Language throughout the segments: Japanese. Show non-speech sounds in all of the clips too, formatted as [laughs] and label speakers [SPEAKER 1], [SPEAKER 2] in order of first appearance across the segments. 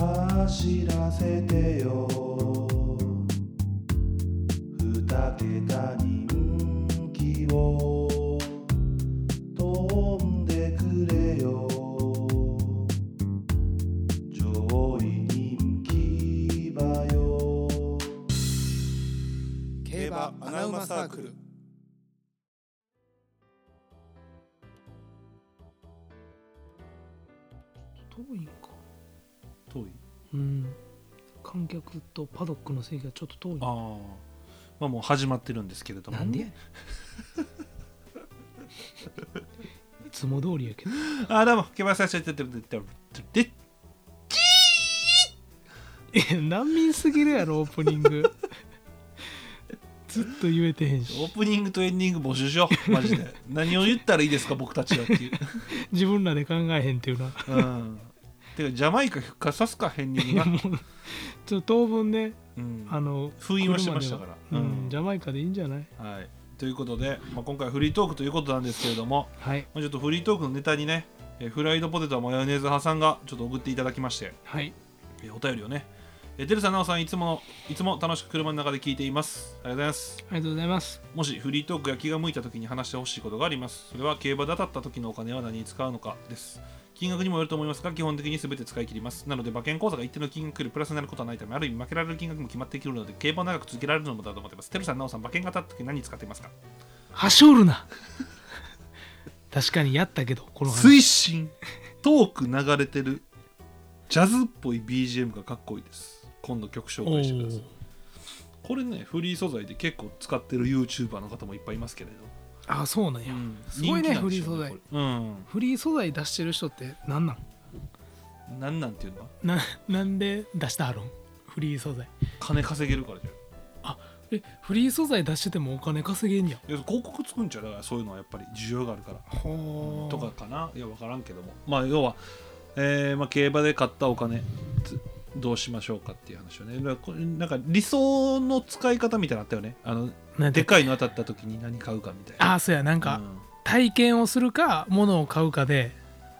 [SPEAKER 1] 走らせてよ二桁人気を飛んでくれよ上位人気馬よ
[SPEAKER 2] 競馬アナウマサークル
[SPEAKER 3] 遠いんか
[SPEAKER 4] 遠い
[SPEAKER 3] うん観客とパドックの席がちょっと遠い
[SPEAKER 4] ああまあもう始まってるんですけれども
[SPEAKER 3] [laughs] なんでやねんいつも通りやけど
[SPEAKER 4] あどうも競馬させてってってってってって
[SPEAKER 3] え難民すぎるやろオープニング [laughs] ずっと言えてへん
[SPEAKER 4] オ
[SPEAKER 3] し
[SPEAKER 4] ープニングとエンディング募集しようマジで [laughs] 何を言ったらいいですか僕たちはっていう、
[SPEAKER 3] 自分らで考えへんっていうな
[SPEAKER 4] うん、てかジャマイカ復活さすか変にな、
[SPEAKER 3] ちょっと当分ね
[SPEAKER 4] うん、
[SPEAKER 3] あの
[SPEAKER 4] 封印はしてましたから
[SPEAKER 3] 車ではうん
[SPEAKER 4] うん
[SPEAKER 3] ジャマイカでいいんじゃない
[SPEAKER 4] はいということで、まあ、今回フリートークということなんですけれども、
[SPEAKER 3] はい
[SPEAKER 4] まあ、ちょっとフリートークのネタにねえーフライドポテトマヨネーズ派さんがちょっと送っていただきまして
[SPEAKER 3] はい
[SPEAKER 4] えーお便りをねえーてるさんなおさんいつものいつも楽しく車の中で聞いていますありがとうございます
[SPEAKER 3] ありがとうございます
[SPEAKER 4] もしフリートークや気が向いた時に話してほしいことがあります。それは競馬で当たった時のお金は何に使うのかです。金額にもよると思いますが、基本的に全て使い切ります。なので、馬券口座が一定の金額よりプラスになることはないため、ある意味負けられる金額も決まってくるので、競馬を長く続けられるのもだと思ってます。てるさん、なおさん、馬券が当たった時何に使っていますか
[SPEAKER 3] はしょるな確かにやったけどこの話
[SPEAKER 4] 進、トーク流れてる、ジャズっぽい BGM がかっこいいです。今度曲紹介してください
[SPEAKER 3] おー。
[SPEAKER 4] これね、フリー素材で結構使ってる YouTuber の方もいっぱいいますけれど。
[SPEAKER 3] あそうなんや、すごいね
[SPEAKER 4] 人気なんですよ
[SPEAKER 3] フリー素材
[SPEAKER 4] これうん。
[SPEAKER 3] フリー素材出してる人って何なん
[SPEAKER 4] なんなんていうのは
[SPEAKER 3] ななんで出したはるんフリー素材
[SPEAKER 4] 金稼げるからじゃん
[SPEAKER 3] えフリー素材出しててもお金稼げんや
[SPEAKER 4] いや広告つくんちゃうだからそういうのはやっぱり需要があるから
[SPEAKER 3] ほー
[SPEAKER 4] とかかないや分からんけどもまあ要は、えーまあ、競馬で買ったお金つどうしましょうかっていう話をねだからこれなんか理想の使い方みたいなのあったよねあの
[SPEAKER 3] なん
[SPEAKER 4] で
[SPEAKER 3] て
[SPEAKER 4] っかいの当たった時に何買うかみたいな
[SPEAKER 3] ああそうやなん
[SPEAKER 4] う
[SPEAKER 3] か
[SPEAKER 4] ん
[SPEAKER 3] 体験をするか物を買うかで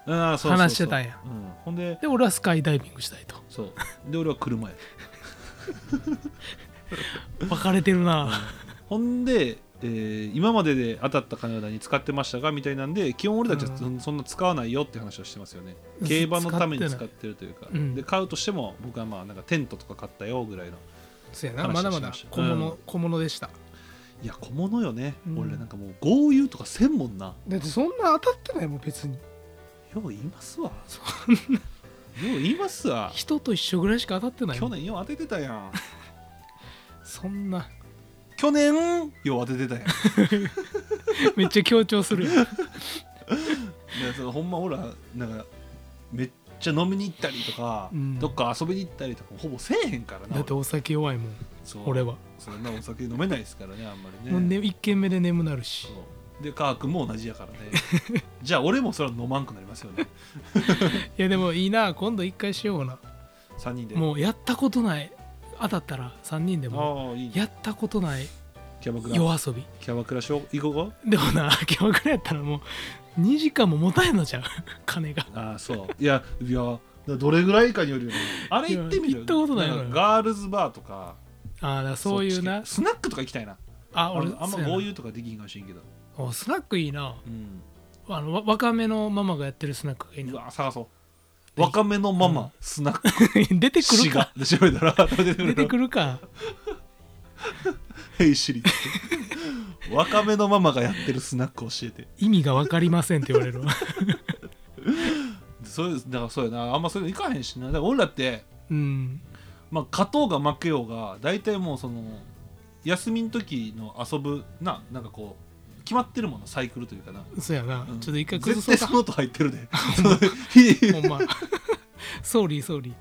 [SPEAKER 4] あーそうそうそう
[SPEAKER 3] 話してたんや
[SPEAKER 4] うん、ほんで
[SPEAKER 3] で俺はスカイダイビングしたいと
[SPEAKER 4] そうで俺は車や
[SPEAKER 3] 分かれてるな
[SPEAKER 4] ほんで、えー今までで当たった金は何使ってましたかみたいなんで基本俺たちはそ
[SPEAKER 3] うん
[SPEAKER 4] そんな使わないよって話をしてますよね、
[SPEAKER 3] うん
[SPEAKER 4] 競馬のために
[SPEAKER 3] 使
[SPEAKER 4] 使
[SPEAKER 3] っ
[SPEAKER 4] ってるというか、
[SPEAKER 3] うん
[SPEAKER 4] で買うとしても僕はまあなんかテントとか買ったよぐらいの
[SPEAKER 3] そうやな
[SPEAKER 4] 話
[SPEAKER 3] まだまだ
[SPEAKER 4] しました
[SPEAKER 3] 小物、
[SPEAKER 4] うん
[SPEAKER 3] 小物でした
[SPEAKER 4] いや小物よね、
[SPEAKER 3] うん
[SPEAKER 4] 俺なんかもう豪遊とかせんもんな
[SPEAKER 3] だってそんな当たってないもん別に
[SPEAKER 4] よう言いますわよう言いますわ
[SPEAKER 3] 人と一緒ぐらいしか当たってない
[SPEAKER 4] 去
[SPEAKER 3] もん
[SPEAKER 4] 年よう当ててたやん
[SPEAKER 3] そんな
[SPEAKER 4] 去年よう当ててたやんで
[SPEAKER 3] [laughs] めっちゃ強調するやん
[SPEAKER 4] そのほんま俺はなんかめっちゃ飲みに行ったりとか、
[SPEAKER 3] うん
[SPEAKER 4] どっか遊びに行ったりとかほぼせえへんからな
[SPEAKER 3] [laughs] だってお酒弱いもん
[SPEAKER 4] そう
[SPEAKER 3] 俺は
[SPEAKER 4] そんなお酒飲めないですからねあんまりね
[SPEAKER 3] もうね一軒目で眠なるし
[SPEAKER 4] そうでカー君も同じやからね
[SPEAKER 3] [laughs]
[SPEAKER 4] じゃあ俺もそれは飲まんくなりますよね
[SPEAKER 3] いやでもいいな今度一回しような
[SPEAKER 4] 3人で
[SPEAKER 3] もうやったことない当たったら3人でも
[SPEAKER 4] ああいいね
[SPEAKER 3] やったことない
[SPEAKER 4] キャバクラ
[SPEAKER 3] 夜遊び
[SPEAKER 4] キャバクラしよう行こう
[SPEAKER 3] でもな今日ぐらいやったらもう2時間も持たへんのじゃん [laughs] 金が
[SPEAKER 4] かああそういやいやどれぐらいかによるよねあれ行ってみる
[SPEAKER 3] いや行ったことないのよ
[SPEAKER 4] んかガールズバーとか
[SPEAKER 3] ああだからそういうな
[SPEAKER 4] そっち系スナックとか行きたいな
[SPEAKER 3] あ
[SPEAKER 4] あ
[SPEAKER 3] 俺
[SPEAKER 4] のあんま
[SPEAKER 3] そうやな
[SPEAKER 4] 豪遊とかできんかもしれんけど、
[SPEAKER 3] おスナックいいな
[SPEAKER 4] うん、
[SPEAKER 3] あのわ若めのママがやってるスナックがいいうな
[SPEAKER 4] わ探そう若めのママ、
[SPEAKER 3] うん
[SPEAKER 4] スナック
[SPEAKER 3] [laughs] 出てく
[SPEAKER 4] 滋
[SPEAKER 3] [laughs] る
[SPEAKER 4] 賀
[SPEAKER 3] か
[SPEAKER 4] で調べたら出てく
[SPEAKER 3] 出
[SPEAKER 4] る
[SPEAKER 3] てくるか
[SPEAKER 4] [laughs] ヘイシリって
[SPEAKER 3] [laughs]
[SPEAKER 4] ワカメのママがやってるスナック教えて
[SPEAKER 3] 意味が分かりませんって言われるわ [laughs]
[SPEAKER 4] そういうだからそうやなあんまそういうの行かへんしなだから俺らって、
[SPEAKER 3] うん
[SPEAKER 4] まあ、勝とうが負けようが大体もうその休みの時の遊ぶななんかこう決まってるものサイクルというかな、
[SPEAKER 3] そうやな、
[SPEAKER 4] うん
[SPEAKER 3] ちょっと一回崩
[SPEAKER 4] 絶
[SPEAKER 3] そう
[SPEAKER 4] 対その音
[SPEAKER 3] か
[SPEAKER 4] 入ってる
[SPEAKER 3] [laughs]
[SPEAKER 4] でそのひ
[SPEAKER 3] ほんま [laughs] ソーリーソーリ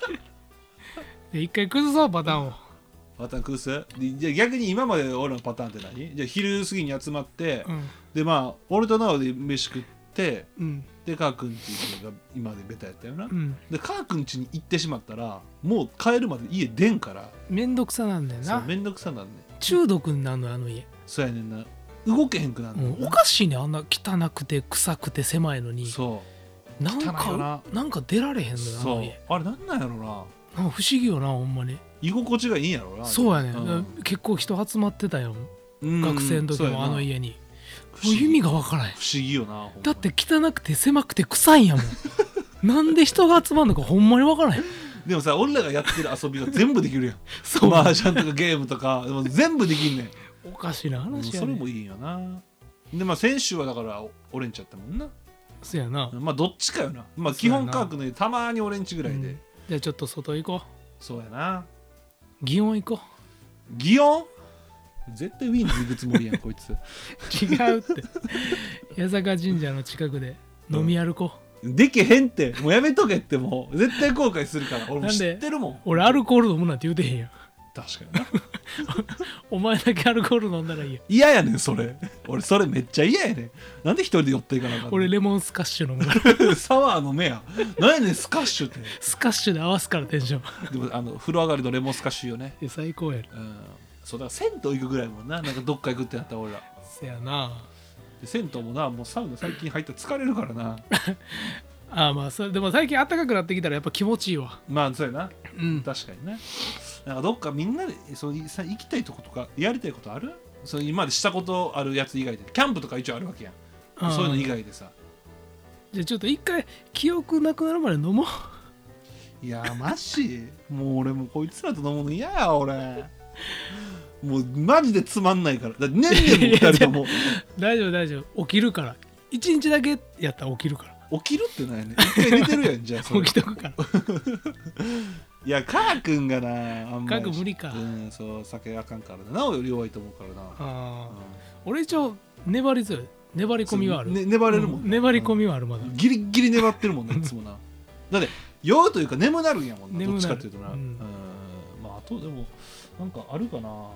[SPEAKER 3] ーで一回崩そうパターンを
[SPEAKER 4] [laughs] パターン崩すでじゃあ逆に今まで俺のパターンって何じゃあ昼過ぎに集まって、
[SPEAKER 3] うん
[SPEAKER 4] でまあ俺と直で飯食って
[SPEAKER 3] うん
[SPEAKER 4] でかーくんっていうのが今までベタやったよな、
[SPEAKER 3] うん
[SPEAKER 4] でカー君家に行ってしまったらもう帰るまで家出んから
[SPEAKER 3] めんどくさなんだよ
[SPEAKER 4] そう
[SPEAKER 3] な
[SPEAKER 4] めんどくさなんね
[SPEAKER 3] 中毒になるのよあの家、
[SPEAKER 4] そうやねんな動けへんくなる
[SPEAKER 3] う
[SPEAKER 4] の、
[SPEAKER 3] んおかしいねあんな汚くて臭くて狭いのに
[SPEAKER 4] そ汚い
[SPEAKER 3] なん
[SPEAKER 4] よ
[SPEAKER 3] か
[SPEAKER 4] な
[SPEAKER 3] なんか出られへんのよなあ
[SPEAKER 4] そ
[SPEAKER 3] の
[SPEAKER 4] う
[SPEAKER 3] 家
[SPEAKER 4] あれなんなんやろな
[SPEAKER 3] なんか不思議よなほんまに
[SPEAKER 4] 居心地がいいんやろな
[SPEAKER 3] そうやね、
[SPEAKER 4] ん
[SPEAKER 3] 結構人集まってたよ
[SPEAKER 4] うん
[SPEAKER 3] 学生の時
[SPEAKER 4] そうや
[SPEAKER 3] も
[SPEAKER 4] な
[SPEAKER 3] あの家に
[SPEAKER 4] 不
[SPEAKER 3] もう
[SPEAKER 4] 思
[SPEAKER 3] 意味
[SPEAKER 4] 議
[SPEAKER 3] がわからへん
[SPEAKER 4] 不思議よなほんまに
[SPEAKER 3] だって汚くて狭くて臭いん
[SPEAKER 4] [laughs]
[SPEAKER 3] やもんなんで人が集まるのかほんまにわからへん
[SPEAKER 4] でもさ俺らがやってる遊びが全部できるやん
[SPEAKER 3] [laughs] そう
[SPEAKER 4] マージャンとかゲームとかでも全部できんねん
[SPEAKER 3] おかしな
[SPEAKER 4] うん
[SPEAKER 3] 話や
[SPEAKER 4] そ
[SPEAKER 3] ね
[SPEAKER 4] れもいいよなでまあ先週はだからお俺んちやったもんな
[SPEAKER 3] そうやな、
[SPEAKER 4] まあどっちかよなまあ
[SPEAKER 3] そう
[SPEAKER 4] 基
[SPEAKER 3] やな
[SPEAKER 4] 本科学のたまに俺んちぐらいで、
[SPEAKER 3] うんじゃあちょっと外行こ
[SPEAKER 4] そうやな
[SPEAKER 3] う祇園行こ
[SPEAKER 4] 擬音絶対ウィンズ行くつもりやんこいつ
[SPEAKER 3] う違
[SPEAKER 4] [laughs]
[SPEAKER 3] うって八坂神社の近くで飲み歩こ
[SPEAKER 4] でけへんってもうやめとけってもう絶対後悔するから俺も
[SPEAKER 3] なん
[SPEAKER 4] 知
[SPEAKER 3] で
[SPEAKER 4] ってるもん
[SPEAKER 3] う、俺アルコール飲むなんて言うてへんやん
[SPEAKER 4] 確かにな
[SPEAKER 3] お前だけアルコール飲んだらいいやん
[SPEAKER 4] 嫌やねんそれ俺それめっちゃ嫌やねんなんで一人で寄っていかなあかんの
[SPEAKER 3] 俺レモンスカッシュ飲むか
[SPEAKER 4] [laughs]
[SPEAKER 3] ら
[SPEAKER 4] サワーの目や何やねんスカッシュって
[SPEAKER 3] スカッシュで合わすからテンション
[SPEAKER 4] でもあの風呂上がりのレモンスカッシュよね
[SPEAKER 3] え最高やろ
[SPEAKER 4] うんそうだから銭湯行くぐらいもんななんかどっか行くってなったら俺ら
[SPEAKER 3] せやな
[SPEAKER 4] で銭湯もなもうサウナ最近入ったら疲れるからな
[SPEAKER 3] ああまあそれでも最近暖かくなってきたらやっぱ気持ちいいわ
[SPEAKER 4] まあそうやな
[SPEAKER 3] うん
[SPEAKER 4] 確かにねなんかどっかみんなでそういさ行きたいとことかやりたいことあるそう今までしたことあるやつ以外でキャンプとか一応あるわけやんそういうの以外でさ
[SPEAKER 3] じゃあちょっと一回記憶なくなるまで飲もう [laughs]
[SPEAKER 4] いやーマジもう俺もうこいつらと飲むの嫌や俺もうマジでつまんないからだって年でも2人とも
[SPEAKER 3] 大丈夫大丈夫起きるから一日だけやったら起きるから
[SPEAKER 4] 起きるってないねん一回寝てるやんじゃあそれ
[SPEAKER 3] [laughs] 起きと
[SPEAKER 4] [laughs]
[SPEAKER 3] くから
[SPEAKER 4] いや、カー君がな、あんまり
[SPEAKER 3] カー君無理か
[SPEAKER 4] うん、そう、酒あかんからな。なおより弱いと思うからな。
[SPEAKER 3] ああ
[SPEAKER 4] う
[SPEAKER 3] 俺一応粘り強い粘り
[SPEAKER 4] ん
[SPEAKER 3] 込みはある、
[SPEAKER 4] ね、粘れるもん、
[SPEAKER 3] うん粘り込みはあるまだ、
[SPEAKER 4] うんギリギリ粘ってる
[SPEAKER 3] [laughs]
[SPEAKER 4] もんな、いつもな。だって、酔うというか眠なるんやもんな、
[SPEAKER 3] 眠
[SPEAKER 4] どっ
[SPEAKER 3] な
[SPEAKER 4] ちか
[SPEAKER 3] る
[SPEAKER 4] っていうとな。
[SPEAKER 3] う
[SPEAKER 4] うんん、まあ、あとでも、なんかあるかな。
[SPEAKER 3] も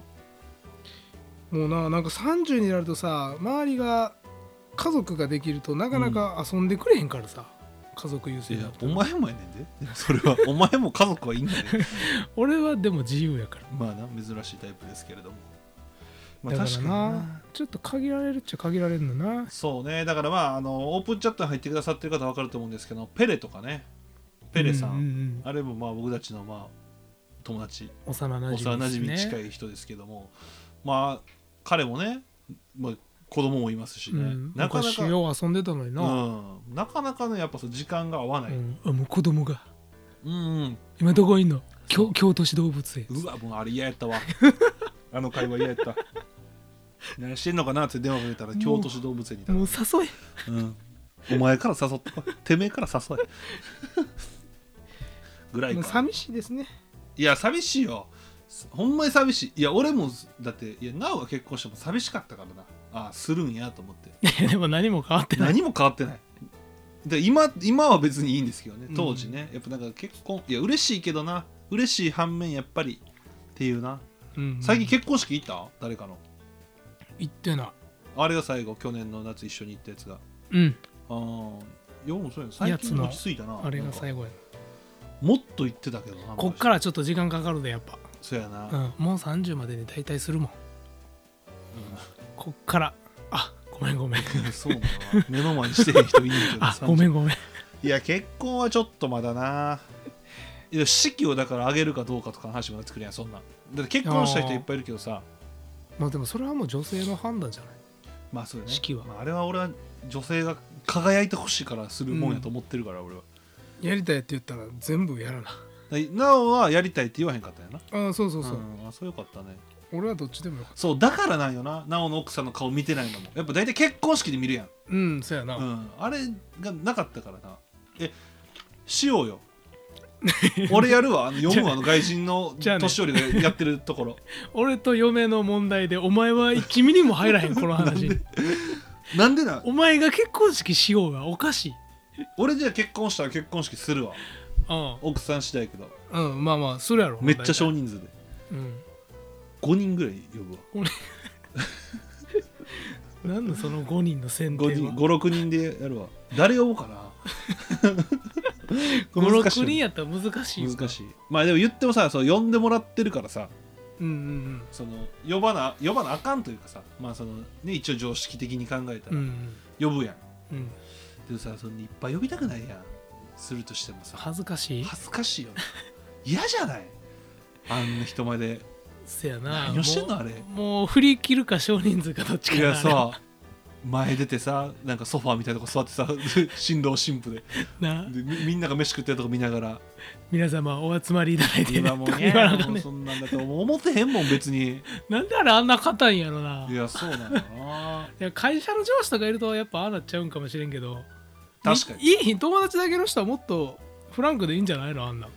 [SPEAKER 3] うななんか30になるとさ周りが家族ができるとなかなか遊んでくれへんからさ、家族優
[SPEAKER 4] い
[SPEAKER 3] 先だ
[SPEAKER 4] や、
[SPEAKER 3] と
[SPEAKER 4] お前もやねんで。で [laughs] もそれ
[SPEAKER 3] [laughs]
[SPEAKER 4] は、お前も家族はいいんだね。
[SPEAKER 3] 俺はでも自由やから
[SPEAKER 4] [laughs] まあな、珍しいタイプですけれども。まあ、
[SPEAKER 3] だから
[SPEAKER 4] 確か
[SPEAKER 3] な,、
[SPEAKER 4] にな。
[SPEAKER 3] ちょっと限られるっちゃ限られるんだな
[SPEAKER 4] そうね、だからまあ、あの、オープンチャットに入ってくださってる方は分かると思うんですけど、ペレとかね、ペレさ
[SPEAKER 3] うんうん
[SPEAKER 4] ん
[SPEAKER 3] うん
[SPEAKER 4] あれもまあ僕たちのまあ友達、
[SPEAKER 3] 幼なじみ
[SPEAKER 4] 幼なじみに近
[SPEAKER 3] い
[SPEAKER 4] い人ですけども、まあ彼もね、まあ、子供もいますしね、
[SPEAKER 3] な
[SPEAKER 4] な
[SPEAKER 3] か
[SPEAKER 4] か
[SPEAKER 3] な
[SPEAKER 4] な
[SPEAKER 3] か
[SPEAKER 4] か、う
[SPEAKER 3] 遊んでたのにな、
[SPEAKER 4] ん、なかなかねやっぱそう時間が合わ
[SPEAKER 3] う
[SPEAKER 4] ない、うん
[SPEAKER 3] んあもう子供が
[SPEAKER 4] うん、
[SPEAKER 3] 今どこいんの京京都市動物園
[SPEAKER 4] うわもうあれ嫌や
[SPEAKER 3] [laughs]
[SPEAKER 4] ったわあの会話嫌やった何してんのかなって電話かけたら
[SPEAKER 3] もう
[SPEAKER 4] 京都市動物園にいたか
[SPEAKER 3] もう
[SPEAKER 4] ら
[SPEAKER 3] 誘え
[SPEAKER 4] うん、お前から誘ってこいてめえから誘えぐらい
[SPEAKER 3] もう
[SPEAKER 4] か
[SPEAKER 3] 寂しいですね
[SPEAKER 4] いや寂しいよほんまに寂しいいや俺もだっていや奈緒が結婚しても寂しかったからなああするんやと思って
[SPEAKER 3] でも何も変わってな
[SPEAKER 4] [laughs]
[SPEAKER 3] い
[SPEAKER 4] 何も変わってないで今今は別にいいんですけどね当時ね、やっぱなんか結婚いや嬉しいけどな嬉しい反面やっぱりっていうな
[SPEAKER 3] うん
[SPEAKER 4] 最近結婚式行った誰かの
[SPEAKER 3] 行ってな
[SPEAKER 4] あれが最後去年の夏一緒に行ったやつが
[SPEAKER 3] いうん
[SPEAKER 4] ああようそうやね最
[SPEAKER 3] やつ
[SPEAKER 4] 近
[SPEAKER 3] の
[SPEAKER 4] 落ち着いたな
[SPEAKER 3] あれ
[SPEAKER 4] な
[SPEAKER 3] が
[SPEAKER 4] んか
[SPEAKER 3] 最後やな
[SPEAKER 4] もっと行ってたけどな
[SPEAKER 3] こっから
[SPEAKER 4] ら
[SPEAKER 3] ちょっと時間かかるでやっぱ、
[SPEAKER 4] そうやな、 [laughs]
[SPEAKER 3] うん、もう30までに大体するもんこっからあごめんご
[SPEAKER 4] [laughs]
[SPEAKER 3] めん
[SPEAKER 4] うんそうなの目の前にしてへん人いいけど
[SPEAKER 3] [laughs] あ
[SPEAKER 4] さ
[SPEAKER 3] ごめんごめん
[SPEAKER 4] いや結婚はちょっとまだないや式をだから上げるかどうかとかの話もなってくるやんそんなんだって結婚した人いっぱいいるけどさ
[SPEAKER 3] まあでもそれはもう女性の判断じゃない
[SPEAKER 4] まあそうよね
[SPEAKER 3] 式は
[SPEAKER 4] まあ、あれは俺は女性が輝いてほしいからするもんやと思ってるから、俺は
[SPEAKER 3] やりたいって言ったら全部やらな
[SPEAKER 4] だなおはやりたいって言わへんかったよな
[SPEAKER 3] あそうそうそう、
[SPEAKER 4] んあそうよかったね
[SPEAKER 3] 俺はどっちでもよかっ
[SPEAKER 4] そうだからなんよななおの奥さんの顔見てないのもやっぱ大体結婚式で見るやん、
[SPEAKER 3] たうんそうやな、
[SPEAKER 4] うん、あれがなかったからなえしよう [laughs] よ俺やるわあの読むわあの外人の
[SPEAKER 3] じゃあね
[SPEAKER 4] 年寄りがやってるところ
[SPEAKER 3] 俺と嫁の問題でお前は君にも入ら
[SPEAKER 4] [laughs]
[SPEAKER 3] へんこの話
[SPEAKER 4] なんでな
[SPEAKER 3] お前が結婚式しようがおかしい
[SPEAKER 4] 俺じゃあ結婚したら結婚式するわ
[SPEAKER 3] うん
[SPEAKER 4] 奥さん次第やけど
[SPEAKER 3] うんまあまあそれやろ
[SPEAKER 4] めっちゃ少
[SPEAKER 3] 人
[SPEAKER 4] 人数で
[SPEAKER 3] うん
[SPEAKER 4] 5人ぐらい呼ぶわ
[SPEAKER 3] なんだその5人の選定は
[SPEAKER 4] 56人でやるわ誰呼ぼうか
[SPEAKER 3] [laughs]
[SPEAKER 4] な
[SPEAKER 3] 56
[SPEAKER 4] 難しいよ
[SPEAKER 3] 人やったら難しいよ
[SPEAKER 4] 難しいまあでも言ってもさそう呼んでもらってるからさ
[SPEAKER 3] うんうん
[SPEAKER 4] その呼ばな呼ばなあかんというかさまあそのね一応常識的に考えた
[SPEAKER 3] うんう
[SPEAKER 4] ら
[SPEAKER 3] ん
[SPEAKER 4] 呼ぶやん、
[SPEAKER 3] うん
[SPEAKER 4] でもさそんないっぱい呼びたくないやんするとしてもさ
[SPEAKER 3] 恥ずかしい
[SPEAKER 4] 恥ずかし
[SPEAKER 3] [laughs]
[SPEAKER 4] いよね嫌じゃないあんな人前
[SPEAKER 3] [laughs]
[SPEAKER 4] で
[SPEAKER 3] せやな
[SPEAKER 4] 何をしてんの
[SPEAKER 3] もう
[SPEAKER 4] あれ
[SPEAKER 3] もう振り切るか少人数かどっちか
[SPEAKER 4] い
[SPEAKER 3] な
[SPEAKER 4] やさ前出てさなんかソファーみたいなとこ座ってさ [laughs] 新郎新婦で
[SPEAKER 3] な
[SPEAKER 4] でみみんなが飯食ってるとこ見ながら
[SPEAKER 3] 皆様お集まりいただいて
[SPEAKER 4] 今もうね
[SPEAKER 3] 言わなあかん
[SPEAKER 4] もう
[SPEAKER 3] ね
[SPEAKER 4] そんなんだと思う思ってへんもん別に
[SPEAKER 3] なんであれあんな硬いんやろない
[SPEAKER 4] やそうなんだない
[SPEAKER 3] や会社の上司とかいるとやっぱああなっちゃうんかもしれんけど
[SPEAKER 4] 確かに
[SPEAKER 3] いいい友達だけの人はもっとフランクでいいんじゃないのあんなん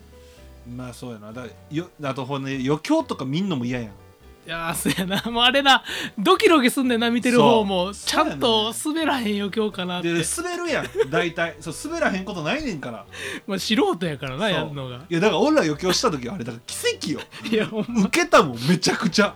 [SPEAKER 4] まあそうやなだからよあとほんで余興とか見んのも嫌やん
[SPEAKER 3] いやーそうやなもうあれなドキドキすんねんな見てる方も
[SPEAKER 4] そう
[SPEAKER 3] ちゃんと滑らへん余興かなって、
[SPEAKER 4] で滑るやん大体そう滑らへんことないねんから
[SPEAKER 3] まあ、素人やからな
[SPEAKER 4] そう
[SPEAKER 3] やるのが
[SPEAKER 4] いやだから俺ら余興した時はあれだから奇跡よ
[SPEAKER 3] いやほんま
[SPEAKER 4] 受けたもんめちゃくちゃ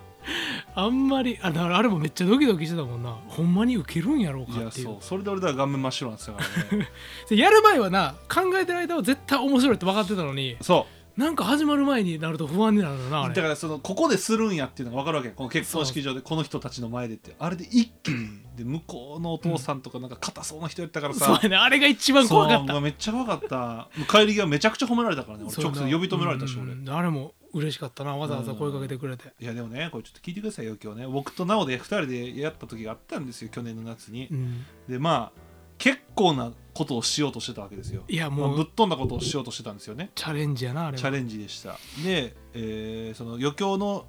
[SPEAKER 3] あんまりあだからあれもめっちゃドキドキしてたもんなほんまにウケるんやろう
[SPEAKER 4] い
[SPEAKER 3] か
[SPEAKER 4] や
[SPEAKER 3] っていう
[SPEAKER 4] そうそれで俺だから顔面真っ白なんですよからね
[SPEAKER 3] でやる前はな考えてる間は絶対面白いって分かってたのに
[SPEAKER 4] そう
[SPEAKER 3] なんか始まる前になると不安になるのなあ
[SPEAKER 4] だか
[SPEAKER 3] れ
[SPEAKER 4] らそのここでするんやっていうのが分かるわけよこの結婚式場でこの人たちの前でってあれで一気にで向こうのお父さんとかなんか硬そうな人やったから
[SPEAKER 3] [laughs] そう
[SPEAKER 4] さ、
[SPEAKER 3] やねあれが一番怖か
[SPEAKER 4] そう
[SPEAKER 3] っ
[SPEAKER 4] もう
[SPEAKER 3] た
[SPEAKER 4] めっちゃ怖かったもう帰り際めちゃくちゃ褒められたからね俺
[SPEAKER 3] そうや
[SPEAKER 4] 直
[SPEAKER 3] な
[SPEAKER 4] 接呼び止められたし
[SPEAKER 3] うん
[SPEAKER 4] 俺
[SPEAKER 3] あれも嬉しかったなわざわざ声かけてくれて
[SPEAKER 4] いやでもねこれちょっと聞いてくださいよ今日ね僕と直で2人でやった時があったんですよ去年の夏に
[SPEAKER 3] うん
[SPEAKER 4] でまあ結構なことをしようとしてたわけですよ
[SPEAKER 3] いや
[SPEAKER 4] まあ
[SPEAKER 3] も
[SPEAKER 4] ぶっ
[SPEAKER 3] う
[SPEAKER 4] 飛んだことをしようとしてたんですよね
[SPEAKER 3] チャレンジやなあれ
[SPEAKER 4] チャ
[SPEAKER 3] は
[SPEAKER 4] レンジでしたで、えーその余興の、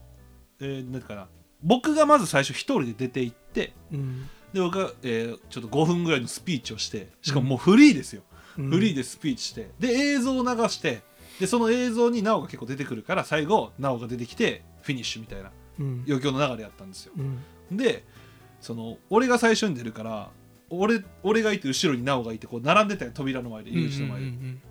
[SPEAKER 4] えーなんていうかな僕がまず最初一人で出て行って
[SPEAKER 3] うん
[SPEAKER 4] で僕が、えーちょっと5分ぐらいのスピーチをしてしかももうフリーですよ、
[SPEAKER 3] うん
[SPEAKER 4] フリーでスピーチしてで映像を流してでその映像になおが結構出てくるから最後なおが出てきてフィニッシュみたいな
[SPEAKER 3] うん
[SPEAKER 4] 余興の流れやったんですよ
[SPEAKER 3] うん
[SPEAKER 4] でその俺が最初に出るから俺俺がいて後ろになおがいてこう並んでたよ扉の前で入り口の前で、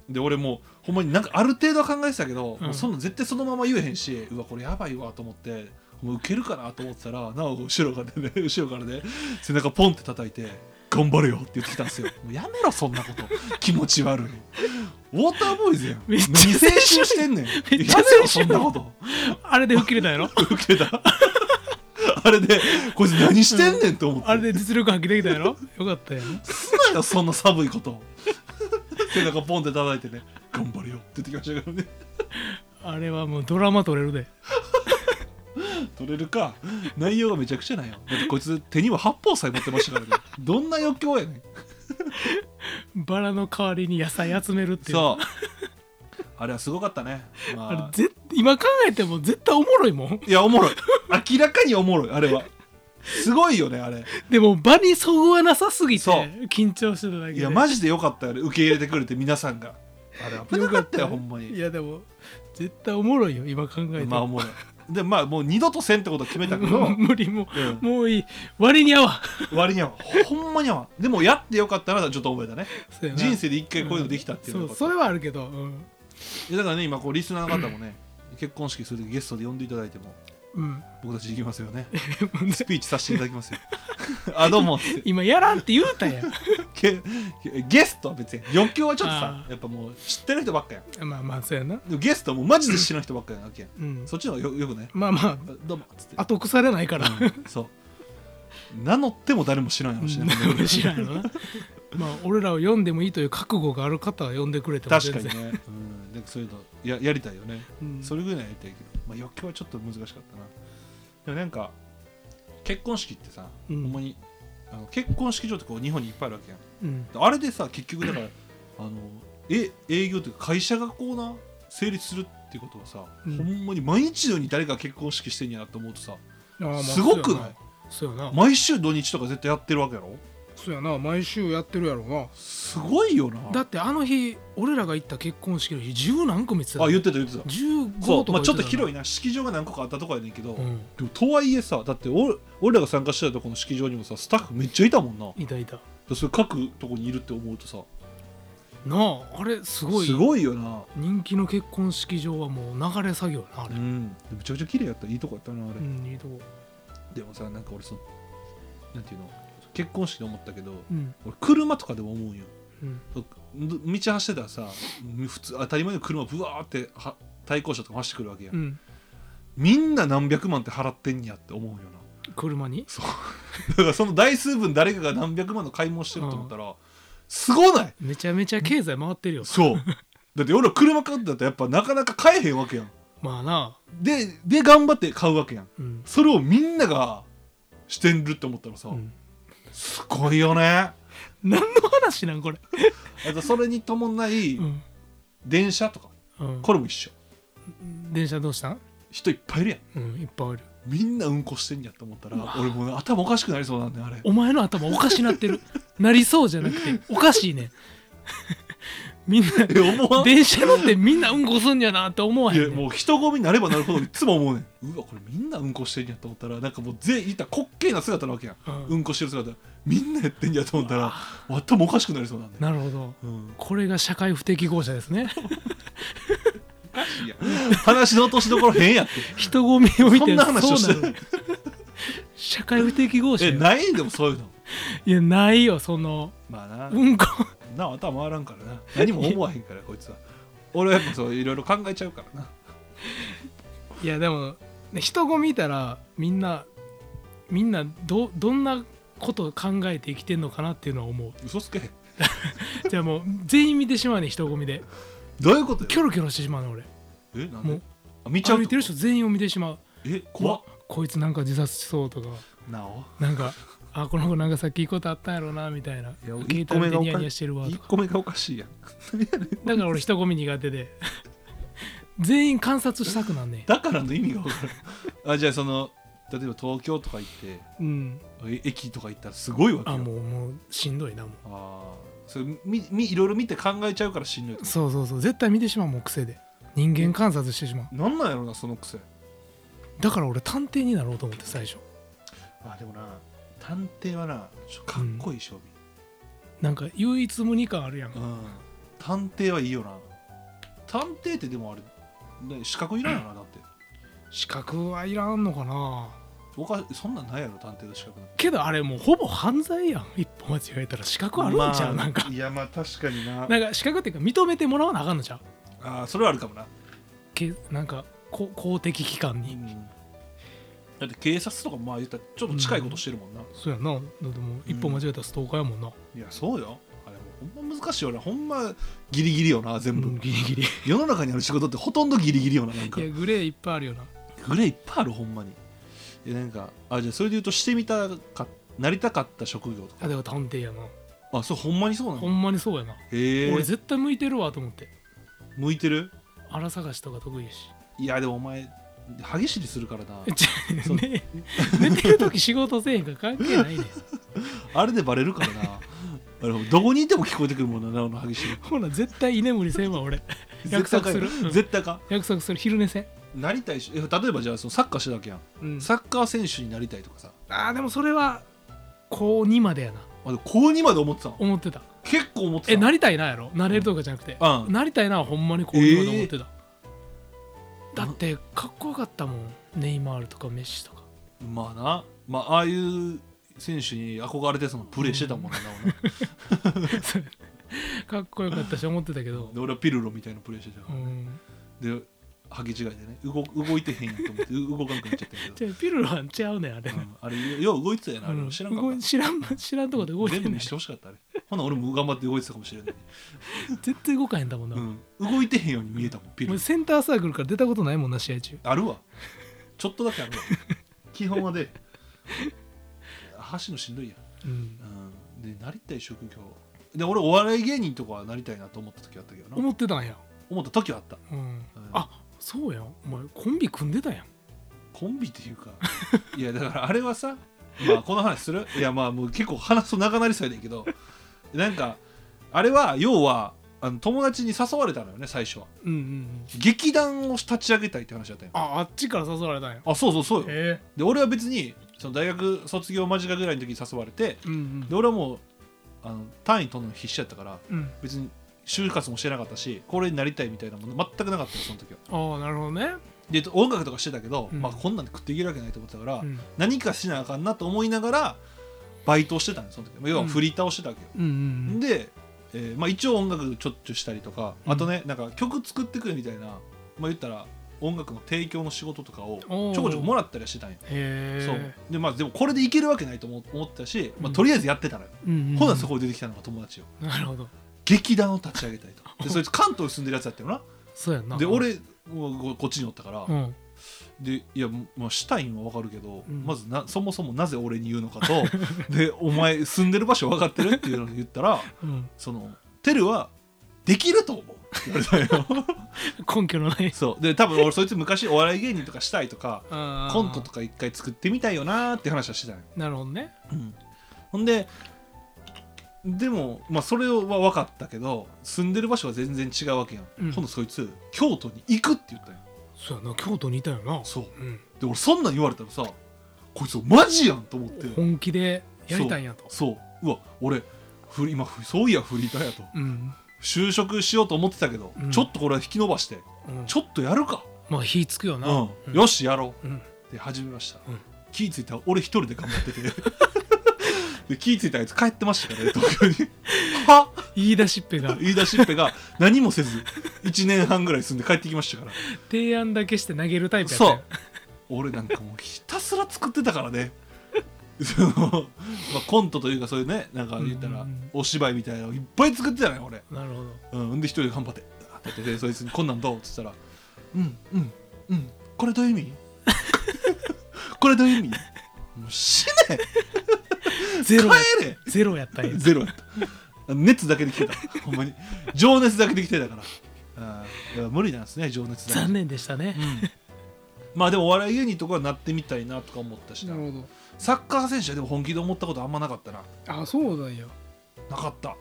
[SPEAKER 4] で俺もうほんまになんかある程度は考えてたけど、
[SPEAKER 3] うん
[SPEAKER 4] もうそんな絶対そのまま言えへんしうわこれやばいわと思ってもうウケるかなと思ってたらなおが後ろからね [laughs] 後ろからね背中ポンって叩いて「頑張れよ」って言ってきたんですよもうやめろそんなこと気持ち悪いウォーターボーイズやん
[SPEAKER 3] めっちゃ
[SPEAKER 4] 何青春してんねんやめ
[SPEAKER 3] めっちゃ青春
[SPEAKER 4] ろそんなこと
[SPEAKER 3] あれで吹っ切れたんやろ [laughs]
[SPEAKER 4] 受けた [laughs] あれでこいつ何してんねんと思って、
[SPEAKER 3] あれで実力発揮できたんやろよかったやん
[SPEAKER 4] すなよそんな寒いこと背中ポンって叩いてね「頑張れよ」って言ってきましたからね
[SPEAKER 3] あれはもうドラマ撮れるで
[SPEAKER 4] 取れるか内容がめちゃくちゃなんよだってこいつ手には八方さえ持ってましたからねどんな余興やねん
[SPEAKER 3] バラの代わりに野菜集めるっていう
[SPEAKER 4] そうあれはすごかったね、まあ
[SPEAKER 3] あれぜ今考えても絶対おもろいもん
[SPEAKER 4] いやおもろい明らかにおもろいあれはすごいよねあれ
[SPEAKER 3] でも場にそぐわなさすぎて
[SPEAKER 4] そう
[SPEAKER 3] 緊張してただけで
[SPEAKER 4] いやマジでよかったよね受け入れてくれて皆さんがあれ危なかったよ
[SPEAKER 3] よ
[SPEAKER 4] ほんま
[SPEAKER 3] い
[SPEAKER 4] に
[SPEAKER 3] やでも絶対おもろいよ今考えても
[SPEAKER 4] まあおもろいでまあもう二度とせんってことは決めたけど、
[SPEAKER 3] うん [laughs] 無理も
[SPEAKER 4] うん
[SPEAKER 3] うもういい割に合わん
[SPEAKER 4] 割にはほんまにはでもやってよかったなとはちょっと思えたね
[SPEAKER 3] そうやな
[SPEAKER 4] 人生で一回こういうのできたっていうのがよか
[SPEAKER 3] そう
[SPEAKER 4] った
[SPEAKER 3] それはあるけど、うん
[SPEAKER 4] いやだからね今こうリスナーの方もね [clears throat] 結婚式する時ゲストで呼んでいただいても
[SPEAKER 3] うん、 [laughs]
[SPEAKER 4] 僕たち行きますよねスピーチさせていただきますよ [laughs] あどうもって
[SPEAKER 3] 今やらんって言うたやん
[SPEAKER 4] ゲゲストは別に余興はちょっとさ
[SPEAKER 3] あー
[SPEAKER 4] やっぱもう知ってる人ばっかやん
[SPEAKER 3] まあまあそうやな、
[SPEAKER 4] でもゲストはもうマジで知らん人ばっかやんわけやん
[SPEAKER 3] うん、
[SPEAKER 4] そっちの方がよよくない
[SPEAKER 3] まあま
[SPEAKER 4] あどうもっつって
[SPEAKER 3] あ後腐れないから、
[SPEAKER 4] うんそう名乗っても誰も知らんやろしね、ほんで
[SPEAKER 3] 俺知らんやろなまあ俺らを読んでもいいという覚悟がある方は読んでくれても
[SPEAKER 4] 確
[SPEAKER 3] 全
[SPEAKER 4] か
[SPEAKER 3] 然
[SPEAKER 4] にね、うん、なんかそういうのややりたいよね、
[SPEAKER 3] うん
[SPEAKER 4] それぐらいやりたいけど、まあ、余興はちょっと難しかったなでもなんか結婚式ってさ、
[SPEAKER 3] うん
[SPEAKER 4] ほんまにあの結婚式場ってこう日本にいっぱいあるわけやん
[SPEAKER 3] うん
[SPEAKER 4] であれでさ結局だからあのえ営業というか会社がこうな成立するっていうことはさ、
[SPEAKER 3] うん
[SPEAKER 4] ほんまに毎日のように誰か結婚式してんやなと思うとさ
[SPEAKER 2] あーまあ
[SPEAKER 4] すごくない
[SPEAKER 3] そうやな
[SPEAKER 4] 毎週土日とか絶対やってるわけやろ
[SPEAKER 2] そうやな毎週やってるやろうな
[SPEAKER 4] すごいよな
[SPEAKER 3] だってあの日俺らが行った結婚式の日十何個見てた
[SPEAKER 4] あ言
[SPEAKER 3] よ
[SPEAKER 4] ってた言ってた
[SPEAKER 3] 15
[SPEAKER 4] そう、
[SPEAKER 3] とか
[SPEAKER 4] まあ、ちょっと
[SPEAKER 3] い、
[SPEAKER 4] 広いな式場が何個かあったとこやねんけど、
[SPEAKER 3] うん、
[SPEAKER 4] でもとはいえさだって俺俺らが参加してたとこの式場にもさスタッフめっちゃいたもんない
[SPEAKER 3] たいた
[SPEAKER 4] でそれ各とこにいるって思うとさ
[SPEAKER 3] なああれすごい
[SPEAKER 4] すごいよな
[SPEAKER 3] 人気の結婚式場はもう流れ作業やなあ
[SPEAKER 4] う
[SPEAKER 3] れ、
[SPEAKER 4] んでめちゃくちゃ綺麗やったいいとこやったなあれ、
[SPEAKER 3] うん、いいとこ
[SPEAKER 4] でもさなんか俺そのなんていうの結婚式で思ったけど
[SPEAKER 3] うん
[SPEAKER 4] 俺車とかでも思うんよ
[SPEAKER 3] うん
[SPEAKER 4] そう道走ってたらさ普通当たり前の車ブワーっては対向車とか走ってくるわけや、、
[SPEAKER 3] うんん
[SPEAKER 4] みんな何百万って払ってんやって思うよな
[SPEAKER 3] 車に
[SPEAKER 4] [laughs] そうだからその台数分誰かが何百万の買い物してると思ったら、すごない
[SPEAKER 3] めちゃめちゃ経済回ってるよ
[SPEAKER 4] そうだって俺ら車買うんだったらやっぱなかなか買えへんわけやん
[SPEAKER 3] まあな
[SPEAKER 4] でで頑張って買うわけやん
[SPEAKER 3] うん、
[SPEAKER 4] それをみんながしてるって思ったらさ、
[SPEAKER 3] うん
[SPEAKER 4] すごいよね
[SPEAKER 3] 何の話なんこれ
[SPEAKER 4] あとそれに伴い
[SPEAKER 3] うん、
[SPEAKER 4] 電車とか
[SPEAKER 3] うん、
[SPEAKER 4] これも一緒
[SPEAKER 3] 電車どうしたん
[SPEAKER 4] 人いっぱいいるやん
[SPEAKER 3] うんいっぱいある
[SPEAKER 4] みんなうんこしてんやと思ったら俺もうね頭おかしくなりそうなんだよあれ
[SPEAKER 3] お前の頭おかしなって [laughs] るなりそうじゃなくておかしい [laughs] ねんみんな
[SPEAKER 4] え思わん
[SPEAKER 3] 電車乗ってみんなうんこすんやなって思わへ
[SPEAKER 4] い
[SPEAKER 3] ん、
[SPEAKER 4] や
[SPEAKER 3] ねん、
[SPEAKER 4] もう人混みになればなるほどいつも思うねんうわこれみんなうんこしてんやと思ったらなんかもう全員いた滑稽な姿なわけやん、
[SPEAKER 3] うん
[SPEAKER 4] うんこしてる姿みんなやってんやと思ったら頭おかしくなりそうなんだよ、
[SPEAKER 3] なるほど
[SPEAKER 4] うん、
[SPEAKER 3] これが社会不適合者です [laughs] ね
[SPEAKER 4] いや話の落としどころ変やって
[SPEAKER 3] 人混みを見て
[SPEAKER 4] そんな話をして
[SPEAKER 3] そうなる社会不適合者
[SPEAKER 4] え
[SPEAKER 3] よ
[SPEAKER 4] ないんでもそういうの
[SPEAKER 3] いやないよその
[SPEAKER 4] まあな、
[SPEAKER 3] うんこ
[SPEAKER 4] な頭回らんからな何も思わへんからこいつは俺はやっぱそういろいろ考えちゃうからない
[SPEAKER 3] やでもね人混みいたらみんなみんなどどんなことを考えて生きてんのかなっていうのは思
[SPEAKER 4] 嘘つけ
[SPEAKER 3] うじゃあもう全員見てしまうね人混みで
[SPEAKER 4] どういうことよ
[SPEAKER 3] キョロキョロしてしまうね俺
[SPEAKER 4] えなん
[SPEAKER 3] も
[SPEAKER 4] で
[SPEAKER 3] う
[SPEAKER 4] あ見ちゃう
[SPEAKER 3] 歩いてる人全員を見てしまう
[SPEAKER 4] え怖っ
[SPEAKER 3] うわこいつなんか自殺しそうとか
[SPEAKER 4] なお
[SPEAKER 3] なんかあこの子なんかさっきいいことあったんやろうなみたいない
[SPEAKER 4] や
[SPEAKER 3] 携帯見てニヤニヤしてるわと
[SPEAKER 4] 1
[SPEAKER 3] か
[SPEAKER 4] 個目がおかしいやん
[SPEAKER 3] だから俺人混み苦手で全員観察したくなんね
[SPEAKER 4] だからの意味が分からんあじゃあその例えば東京とか行って
[SPEAKER 3] んうん
[SPEAKER 4] え駅とか行ったらすごいわけよ
[SPEAKER 3] あもうもうしんどいなもう
[SPEAKER 4] あーそれみみいろいろ見て考えちゃうからしんどいと
[SPEAKER 3] そうそうそう絶対見てしまうもん癖で人間観察してしまう
[SPEAKER 4] なんなんやろなその癖
[SPEAKER 3] だから俺探偵になろうと思って最初
[SPEAKER 4] あでもな探偵はなちょかっこいい勝負、
[SPEAKER 3] なんか唯一無二感あるやん
[SPEAKER 4] うん探偵はいいよな探偵ってでもあれ、ね、資格いらんよなだって
[SPEAKER 3] 資格はいらんのかな
[SPEAKER 4] おかそんなんないやろ探偵の資格なんて
[SPEAKER 3] けどあれもうほぼ犯罪やん一歩間違えたら資格あるんちゃう、
[SPEAKER 4] まあ
[SPEAKER 3] なんか
[SPEAKER 4] いやまあ確かにな
[SPEAKER 3] なんか資格っていうか認めてもらわなあかんのちゃう
[SPEAKER 4] あーそれはあるかもな、
[SPEAKER 3] けなんかこ公的機関に、
[SPEAKER 4] だって警察とかまあ言ったらちょっと近いことしてるもんな、
[SPEAKER 3] そうやんなだってもう一歩間違えたらストーカーやもんな、
[SPEAKER 4] いやそうよあれもうほんま難しいよねほんまギリギリよな全部、
[SPEAKER 3] うんギリギリ [laughs] い
[SPEAKER 4] 世の中にある仕事ってほとんどギリギリよななんか
[SPEAKER 3] やグレーいっぱいあるよな
[SPEAKER 4] グレーいっぱいあるほんまにいやなんかあじゃあそれで言うとしてみたかなりたかった職業と
[SPEAKER 3] あ
[SPEAKER 4] か
[SPEAKER 3] でも探偵やな
[SPEAKER 4] あそうほんまにそうな
[SPEAKER 3] ほ
[SPEAKER 4] の
[SPEAKER 3] んまにそうやな、
[SPEAKER 4] へえ
[SPEAKER 3] 俺絶対向いてるわと思って
[SPEAKER 4] 向いてる
[SPEAKER 3] 荒探しとか得意やし [laughs]
[SPEAKER 4] いやでもお前歯ぎしりするからな
[SPEAKER 3] えち
[SPEAKER 4] そ
[SPEAKER 3] ょ
[SPEAKER 4] う
[SPEAKER 3] ね [laughs] 寝てる時仕事せえへんから関係ないねん
[SPEAKER 4] あれでバレるからな [laughs] あれどこにいても聞こえてくるもんななおの歯ぎしり
[SPEAKER 3] ほら絶対居眠りせんわ俺
[SPEAKER 4] 絶
[SPEAKER 3] 約
[SPEAKER 4] 対あ
[SPEAKER 3] 束
[SPEAKER 4] かん
[SPEAKER 3] するうん
[SPEAKER 4] 絶対あかん
[SPEAKER 3] 約束する昼寝せん、
[SPEAKER 4] なりたいしえ例えばじゃあそのサッカーしてたわけやん、
[SPEAKER 3] うん、
[SPEAKER 4] サッカー選手になりたいとかさ
[SPEAKER 3] あーでもそれは高2までやな
[SPEAKER 4] あでも高2まで思ってたの
[SPEAKER 3] 思ってた
[SPEAKER 4] 結構思ってた
[SPEAKER 3] えなりたいなやろなれるとかじゃなくて、
[SPEAKER 4] うん
[SPEAKER 3] なりたいなはほんまにこういうの思ってた、だってかっこよかったもんネイマールとかメッシとか [laughs]
[SPEAKER 4] まあなまあああいう選手に憧れてそのプレーしてたもんな、
[SPEAKER 3] かっこよかったし思ってたけ
[SPEAKER 4] 俺
[SPEAKER 3] ど
[SPEAKER 4] なで俺はピルロみたいなプレーしてた、
[SPEAKER 3] うん
[SPEAKER 4] で履き違いでね動動いてへんやと思ってう動かなくなっちゃったけど
[SPEAKER 3] じゃあピルロは違うねんあれ、
[SPEAKER 4] うんあれよう動いてたやなあ
[SPEAKER 3] う
[SPEAKER 4] れ
[SPEAKER 3] ん
[SPEAKER 4] 知らんかっ
[SPEAKER 3] 動い知らん知らんとこで動
[SPEAKER 4] た
[SPEAKER 3] い
[SPEAKER 4] 全
[SPEAKER 3] て
[SPEAKER 4] 部
[SPEAKER 3] んね
[SPEAKER 4] 見
[SPEAKER 3] ん
[SPEAKER 4] してほしかったあれほな俺も頑張って動いてたかもしれない、
[SPEAKER 3] 絶対動かへんだもんな、
[SPEAKER 4] うん、動いてへんように見えたもんピル
[SPEAKER 3] もう
[SPEAKER 4] ロ
[SPEAKER 3] センターサークルから出たことないもんな試合中
[SPEAKER 4] あるわちょっとだけあ
[SPEAKER 3] [laughs]
[SPEAKER 4] るわ基本はで走るのしんどいやん
[SPEAKER 3] うん
[SPEAKER 4] うん、でなりたい職業で俺お笑い芸人とかはなりたいなと思った時はあったけどな
[SPEAKER 3] 思ってたんや、
[SPEAKER 4] 思った時はあった
[SPEAKER 3] うんあそうやんお前コンビ組んでたやん
[SPEAKER 4] コンビっていうかいやだからあれはさまあこの話するいやまあもう結構話すと長なりそうやねんけどなんかあれは要はあの友達に誘われたのよね最初は
[SPEAKER 3] うんうんうん
[SPEAKER 4] 劇団を立ち上げたいって話だったよ
[SPEAKER 3] ああっちから誘われたんや
[SPEAKER 4] あそうそうそうよ
[SPEAKER 3] へ
[SPEAKER 4] で俺は別にその大学卒業間近ぐらいの時に誘われて
[SPEAKER 3] えうん
[SPEAKER 4] で俺はもうあの単位取るの必死やったから
[SPEAKER 3] うんうん
[SPEAKER 4] 別に就活もしてなかったしこれになりたいみたいなもの全くなかったよその時は
[SPEAKER 3] ああなるほどね、
[SPEAKER 4] で音楽とかしてたけど、
[SPEAKER 3] うん
[SPEAKER 4] まあこんなんで食っていけるわけないと思ってたから、
[SPEAKER 3] うん、
[SPEAKER 4] 何かしなあかんなと思いながらバイトをしてたんですその時まあ要はフリーターをしてたわけよ、
[SPEAKER 3] うんうん
[SPEAKER 4] で、えーまあ、一応音楽ちょっちょしたりとか
[SPEAKER 3] うん
[SPEAKER 4] あとねなんか曲作ってくれみたいなまあ言ったら音楽の提供の仕事とかをち
[SPEAKER 3] お
[SPEAKER 4] ょ
[SPEAKER 3] ー
[SPEAKER 4] こちょこもらったりはしてたんよ
[SPEAKER 3] へえ
[SPEAKER 4] そうで,、まあ、でもこれでいけるわけないと思思ったし、ま
[SPEAKER 3] う
[SPEAKER 4] あ、
[SPEAKER 3] ん
[SPEAKER 4] とりあえずやってたら、
[SPEAKER 3] うんうんうん
[SPEAKER 4] ほなそこで出てきたのが友達よ
[SPEAKER 3] なるほど
[SPEAKER 4] 劇団を立ち上げたいとでそいつ関東に住んでるやつだったよな
[SPEAKER 3] そう [laughs] やんな
[SPEAKER 4] で俺もうこっちにおったから、
[SPEAKER 3] うん
[SPEAKER 4] でいや、まあ、したいのは分かるけど、
[SPEAKER 3] うん
[SPEAKER 4] まずなそもそもなぜ俺に言うのかとでお前住んでる場所分かってるっていうのを言ったら
[SPEAKER 3] うん
[SPEAKER 4] そのテルはできると思う [laughs] って言われたよ
[SPEAKER 3] 根拠のない
[SPEAKER 4] そうで多分俺そいつ昔お笑い芸人とかしたいとかコ
[SPEAKER 3] コ
[SPEAKER 4] ントとか一回作ってみたいよなーって話はしてたんよ、
[SPEAKER 3] なるほどね
[SPEAKER 4] うんほんででも、まあ、それは分かったけど住んでる場所は全然違うわけやん、
[SPEAKER 3] うん
[SPEAKER 4] 今度そいつ京都に行くって言ったんよ
[SPEAKER 3] そうやな京都にいたよな
[SPEAKER 4] そう
[SPEAKER 3] うん
[SPEAKER 4] で俺そんなん言われたらさこいつマジやんと思って
[SPEAKER 3] 本気でやりたいんやと
[SPEAKER 4] そううわ俺フリ今フリそういやフリーターやと
[SPEAKER 3] うん
[SPEAKER 4] 就職しようと思ってたけど、
[SPEAKER 3] うん
[SPEAKER 4] ちょっとこれは引き伸ばして
[SPEAKER 3] うん
[SPEAKER 4] ちょっとやるか、
[SPEAKER 3] まあ火つくよ
[SPEAKER 4] う
[SPEAKER 3] なんうん
[SPEAKER 4] よしやろう
[SPEAKER 3] うん
[SPEAKER 4] って始めました、
[SPEAKER 3] うん
[SPEAKER 4] 気ぃついたら俺一人で頑張ってて [laughs] で気ぃついたらあいつ帰ってました
[SPEAKER 3] [laughs]
[SPEAKER 4] からね東京には
[SPEAKER 3] 言い出しっぺが
[SPEAKER 4] 言い出しっぺが何もせず1年半ぐらい住んで帰ってきましたから
[SPEAKER 3] 提案だけして投げるタイプやった
[SPEAKER 4] そ
[SPEAKER 3] よ
[SPEAKER 4] う俺なんかもうひたすら作ってたからね [laughs] その、まあ、コントというかそういうねなんか言ったら
[SPEAKER 3] うんうんうん
[SPEAKER 4] お芝居みたいなのいっぱい作ってたね俺、
[SPEAKER 3] なるほど
[SPEAKER 4] うん、んで一人で頑張ってあーっててそいつに「こんなんどう?」っつったら「うんうんうんこれどういう意味 [laughs] これどういう意味もう死ね
[SPEAKER 3] ゼロや
[SPEAKER 4] 帰れ
[SPEAKER 3] ゼロやったんや
[SPEAKER 4] ゼロやった熱だけで来てたほんまに情熱だけで来てたからあーいや無理なんですね情熱だけ
[SPEAKER 3] 残念でしたね
[SPEAKER 4] まあでもお笑い芸人とかはなってみたいなとか思ったし
[SPEAKER 2] な
[SPEAKER 4] な
[SPEAKER 2] るほど
[SPEAKER 4] サッカー選手はでも本気で思ったことあんまなかったな
[SPEAKER 2] あそうなんや
[SPEAKER 4] なかった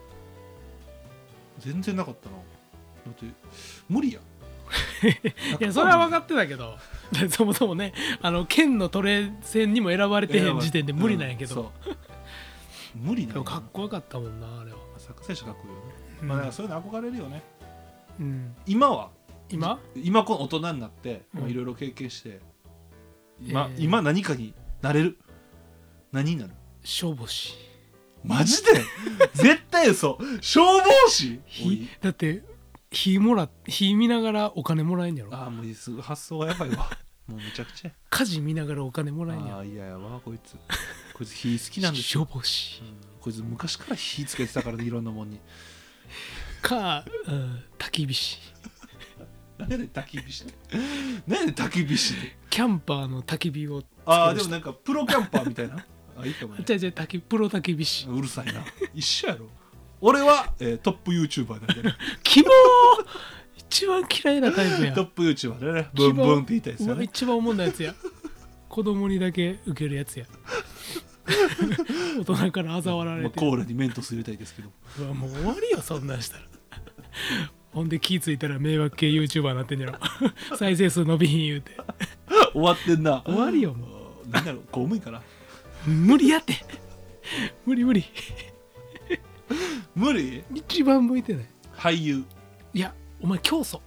[SPEAKER 4] 全然なかったなだって無理や
[SPEAKER 3] [laughs] いやそれは分かってたけどそもそもねあの県のトレセンにも選ばれてへん時点で無理なんやけ
[SPEAKER 4] う
[SPEAKER 3] ど、
[SPEAKER 4] そう無理な
[SPEAKER 3] で
[SPEAKER 4] んや
[SPEAKER 3] もかっこよかったもんなあれは、
[SPEAKER 4] サッカー選手はかっこいいよね、
[SPEAKER 3] うん
[SPEAKER 4] まあだからそういうの憧れるよね
[SPEAKER 3] うん
[SPEAKER 4] 今は
[SPEAKER 3] 今
[SPEAKER 4] 今この大人になって
[SPEAKER 3] うん
[SPEAKER 4] まあいろいろ経験して、今
[SPEAKER 3] えー
[SPEAKER 4] 今何かになれる何になる
[SPEAKER 3] 消防士
[SPEAKER 4] マジで [laughs] 絶対嘘消防士おい
[SPEAKER 3] 火だって火もら火見ながらお金もらえんやろ
[SPEAKER 4] ああもうすぐ発想がやばいわ [laughs] もうめちゃくちゃ
[SPEAKER 3] 火事見ながらお金もらえんや
[SPEAKER 4] あ
[SPEAKER 3] ろ
[SPEAKER 4] あいややばこいつこいつ火好きなんですよ
[SPEAKER 3] 消防士
[SPEAKER 4] こいつ昔から火つけてたからねいろんなもんに
[SPEAKER 3] か、うん、焚き火師
[SPEAKER 4] 何で焚き火して何で焚き火して
[SPEAKER 3] キャンパーの焚き火を
[SPEAKER 4] ああでもなんかプロキャンパーみたい
[SPEAKER 3] [laughs]
[SPEAKER 4] なあいいかもね
[SPEAKER 3] じゃじゃ焚きプロ焚き火師
[SPEAKER 4] うるさ
[SPEAKER 3] [laughs]
[SPEAKER 4] いな一緒やろ俺は、えートップ YouTuber なんでね
[SPEAKER 3] 希望一番嫌いなタイプや
[SPEAKER 4] トップ YouTuber でねブンブンって言いたいですよ
[SPEAKER 3] うわ
[SPEAKER 4] ね
[SPEAKER 3] 一番おもんなやつや子供にだけ受ける
[SPEAKER 4] [laughs]
[SPEAKER 3] やつや大人から嘲笑わ
[SPEAKER 4] ま
[SPEAKER 3] れ
[SPEAKER 4] あ
[SPEAKER 3] て
[SPEAKER 4] コーラにメントス入れたいですけど
[SPEAKER 3] うわもう終わりよそんなんしたらほんで気ぃついたら迷惑系 YouTuber になってん
[SPEAKER 4] [laughs]
[SPEAKER 3] やろ再生数伸びひん言うて
[SPEAKER 4] 終わってんな
[SPEAKER 3] 終わりよもう
[SPEAKER 4] あー何だろう公務員かな
[SPEAKER 3] 無理やって無理無理
[SPEAKER 4] 無理
[SPEAKER 3] 一番向いてない
[SPEAKER 4] 俳優
[SPEAKER 3] いやお前競争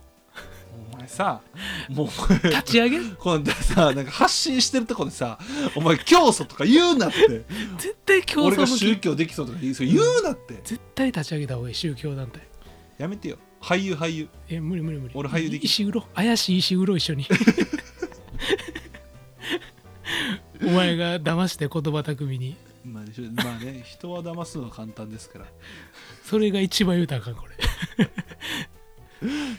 [SPEAKER 4] お前さもう [laughs]
[SPEAKER 3] 立ち上げ
[SPEAKER 4] 今度さなんか発信してるとこでさ「お前教祖」とか言うなって
[SPEAKER 3] [laughs] 絶対競
[SPEAKER 4] 俺
[SPEAKER 3] 争
[SPEAKER 4] が
[SPEAKER 3] 向
[SPEAKER 4] 宗
[SPEAKER 3] き
[SPEAKER 4] 教できそうとか言うそれ言うなって、
[SPEAKER 3] 絶対立ち上げた方がいい宗教団体
[SPEAKER 4] やめてよ俳優俳優
[SPEAKER 3] いや無理無理無理
[SPEAKER 4] 俺俳優できる
[SPEAKER 3] 石黒怪しい石黒一
[SPEAKER 4] [laughs]
[SPEAKER 3] 緒にお前が騙して言葉巧みに
[SPEAKER 4] まあでしょまあね [laughs] 人は騙すのは簡単ですから
[SPEAKER 3] それが一番言うたらあかんこれ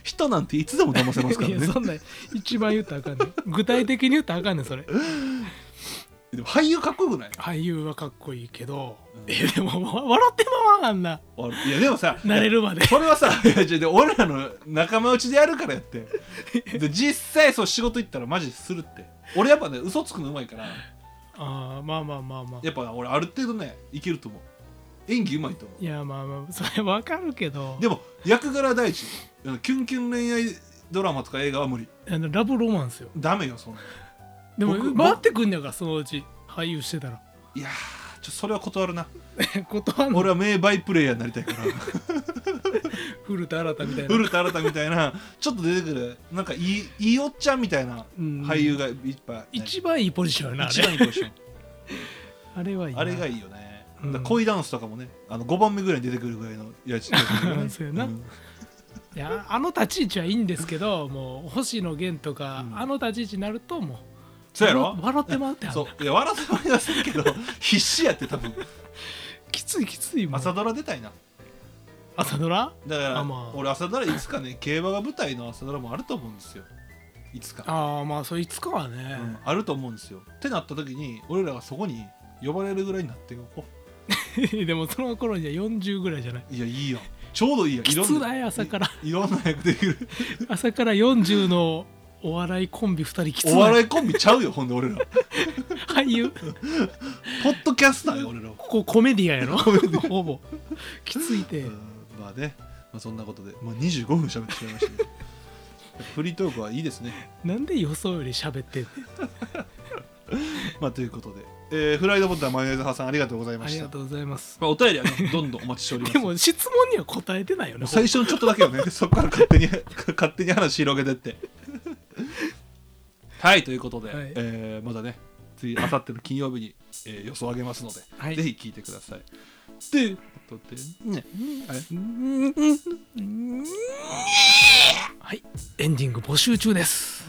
[SPEAKER 4] 人なんていつでも騙せますから
[SPEAKER 3] いや
[SPEAKER 4] ね
[SPEAKER 3] そんなん一番言うたらあかんねん具体的に言うたらあかんねんそれ
[SPEAKER 4] でも俳優かっこよくない
[SPEAKER 3] 俳優はかっこいいけど、えでもわ笑ってまわあんない
[SPEAKER 4] やでもさ
[SPEAKER 3] 慣れるまで
[SPEAKER 4] それはさいや違う違う俺らの仲間内でやるからや
[SPEAKER 3] [laughs]
[SPEAKER 4] ってで実際そう仕事行ったらマジするって俺やっぱね嘘つくのうまいから
[SPEAKER 3] あーまあまあまあまあ
[SPEAKER 4] やっぱ俺ある程度ねいけると思う演技うまいと思う
[SPEAKER 3] いやまあまあそれわかるけど
[SPEAKER 4] でも役柄大事あのキュンキュン恋愛ドラマとか映画は無理
[SPEAKER 3] あのラブロマンスよ
[SPEAKER 4] ダメよそんな
[SPEAKER 3] でも
[SPEAKER 4] 僕
[SPEAKER 3] 回ってくんねやからそのうち俳優してたら [laughs]
[SPEAKER 4] いやーちょそれは断るな
[SPEAKER 3] 断んの
[SPEAKER 4] 俺は名バイプレイヤーになりたいから
[SPEAKER 3] 古田新太み
[SPEAKER 4] [laughs]
[SPEAKER 3] たいな
[SPEAKER 4] 古田新太みたいなちょっと出てくるなんかいいいいおっちゃんみたいな
[SPEAKER 3] うん
[SPEAKER 4] 俳優がいっぱい、
[SPEAKER 3] 一番いいポジションやなあ
[SPEAKER 4] 一
[SPEAKER 3] れ
[SPEAKER 4] 番いいポジション
[SPEAKER 3] あれはいいな
[SPEAKER 4] あれがいいよね、
[SPEAKER 3] うん
[SPEAKER 4] だ
[SPEAKER 3] [laughs]
[SPEAKER 4] から恋ダンスとかもねあの5番目ぐらいに出てくるぐらいのやつ、
[SPEAKER 3] そうやな
[SPEAKER 4] うん
[SPEAKER 3] いやあの立ち位置はいいんですけどもう星野源とか、
[SPEAKER 4] うん
[SPEAKER 3] あの立ち位置になるともう
[SPEAKER 4] そうやろ
[SPEAKER 3] 笑笑ってまうってあんな
[SPEAKER 4] そういや笑ってもらいませんけど必死やって多分
[SPEAKER 3] きついきついもん
[SPEAKER 4] 朝ドラ出たいな
[SPEAKER 3] 朝ドラ
[SPEAKER 4] だから、
[SPEAKER 3] あまあ
[SPEAKER 4] 俺朝ドラいつかね競馬が舞台の朝ドラもあると思うんですよいつか、
[SPEAKER 3] ああまあそれいつかはね
[SPEAKER 4] う、んあると思うんですよってなった時に俺らがそこに呼ばれるぐらいになってよお
[SPEAKER 3] [laughs] でもその頃には40ぐらいじゃない
[SPEAKER 4] いやいいやんちょうどいいやん
[SPEAKER 3] き
[SPEAKER 4] ろん
[SPEAKER 3] つない朝から
[SPEAKER 4] いいろんな役できる
[SPEAKER 3] 朝から40のお笑いコンビ2人きつい
[SPEAKER 4] お笑いコンビちゃうよほんで俺ら
[SPEAKER 3] 俳優
[SPEAKER 4] ポッドキャスターよ俺らは
[SPEAKER 3] ここコメディアンやろほぼきついて、
[SPEAKER 4] うんまあね、まあ、そんなことで、まあ、25分喋ってしまいましたねフリートークはいいですね
[SPEAKER 3] なんで予想より喋ってんの
[SPEAKER 4] まあということで、えーフライドボタンマヨネーズ派さんありがとうございま
[SPEAKER 3] あり
[SPEAKER 4] した
[SPEAKER 3] がとうございます
[SPEAKER 4] まあ、お便りはねどんどんお待ちしております
[SPEAKER 3] でも質問には答えてないよね
[SPEAKER 4] 最初のちょっとだけ
[SPEAKER 3] [laughs]
[SPEAKER 4] よねそこから勝手に勝手に話広げてってはいということで、
[SPEAKER 3] はい
[SPEAKER 4] えーまだね次あさっての金曜日に、えー予想を上げますので、
[SPEAKER 3] はい
[SPEAKER 4] ぜひ聞いてくださいということでねあれ
[SPEAKER 3] はいエンディング募集中です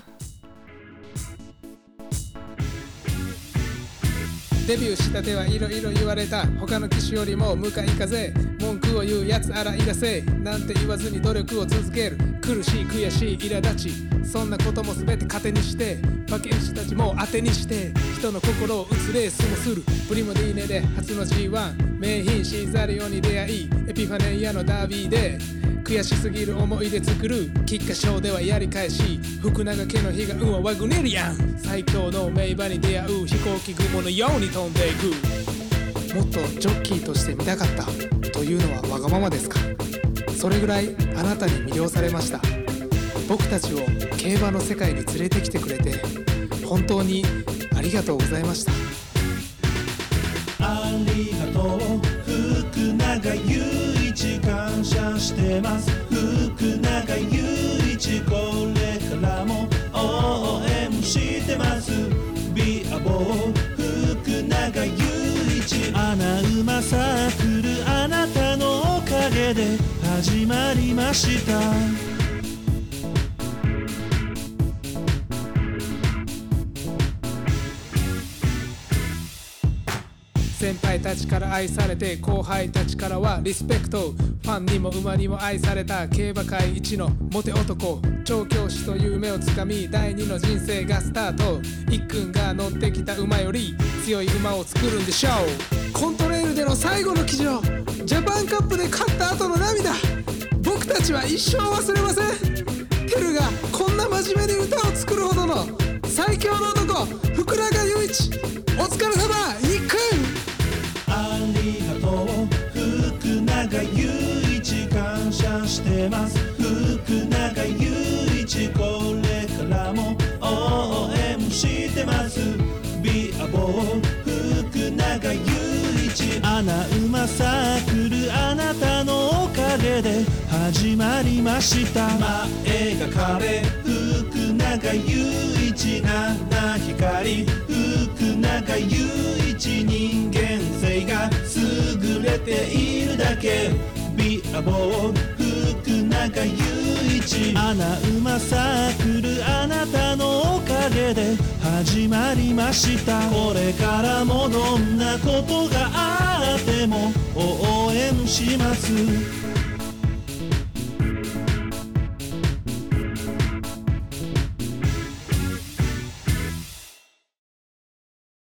[SPEAKER 2] デビューしたてはいろいろ言われた他の機種よりも向かい風文句を言うやつ洗い出せなんて言わずに努力を続ける苦しい悔しい苛立ちそんなことも全て糧にして馬券師たちも当てにして人の心を打つレースもするプリモディーネで初の G1 名品シーザリオに出会いエピファネイアのダービーで悔しすぎる思い出作る菊花賞ではやり返し福永家の悲願はワグネリアン最強の名馬に出会う飛行機雲のように飛んでいくもっとジョッキーとして見たかったというのはわがままですかそれぐらいあなたに魅了されました僕たちを競馬の世界に連れてきてくれて本当にありがとうございました
[SPEAKER 5] ありがとう福永祐一感謝してます福永祐一これからも応援してますビアボー福永祐一穴馬サークルあなたのおかげで始まりました
[SPEAKER 2] 先輩たちから愛されて後輩たちからはリスペクトファンにも馬にも愛された競馬界一のモテ男調教師という夢をつかみ第二の人生がスタート一君が乗ってきた馬より強い馬を作るんでしょうコントレールでの最後の騎乗ジャパンカップで勝った後の涙僕たちは一生忘れませんテルがこんな真面目に歌を作るほどの最強の男福永祐一お疲れ様一君
[SPEAKER 5] ありがとう福永祐一感謝してます福永祐一これからも応援してますビアボー福永祐一穴馬サークルあなたのおかげで始まりました前が壁福永祐一七光福永祐一人間性が優れているだけビアボー福永祐一穴馬サークルあなたのおかげで始まりましたこれからもどんなことがあっても応援します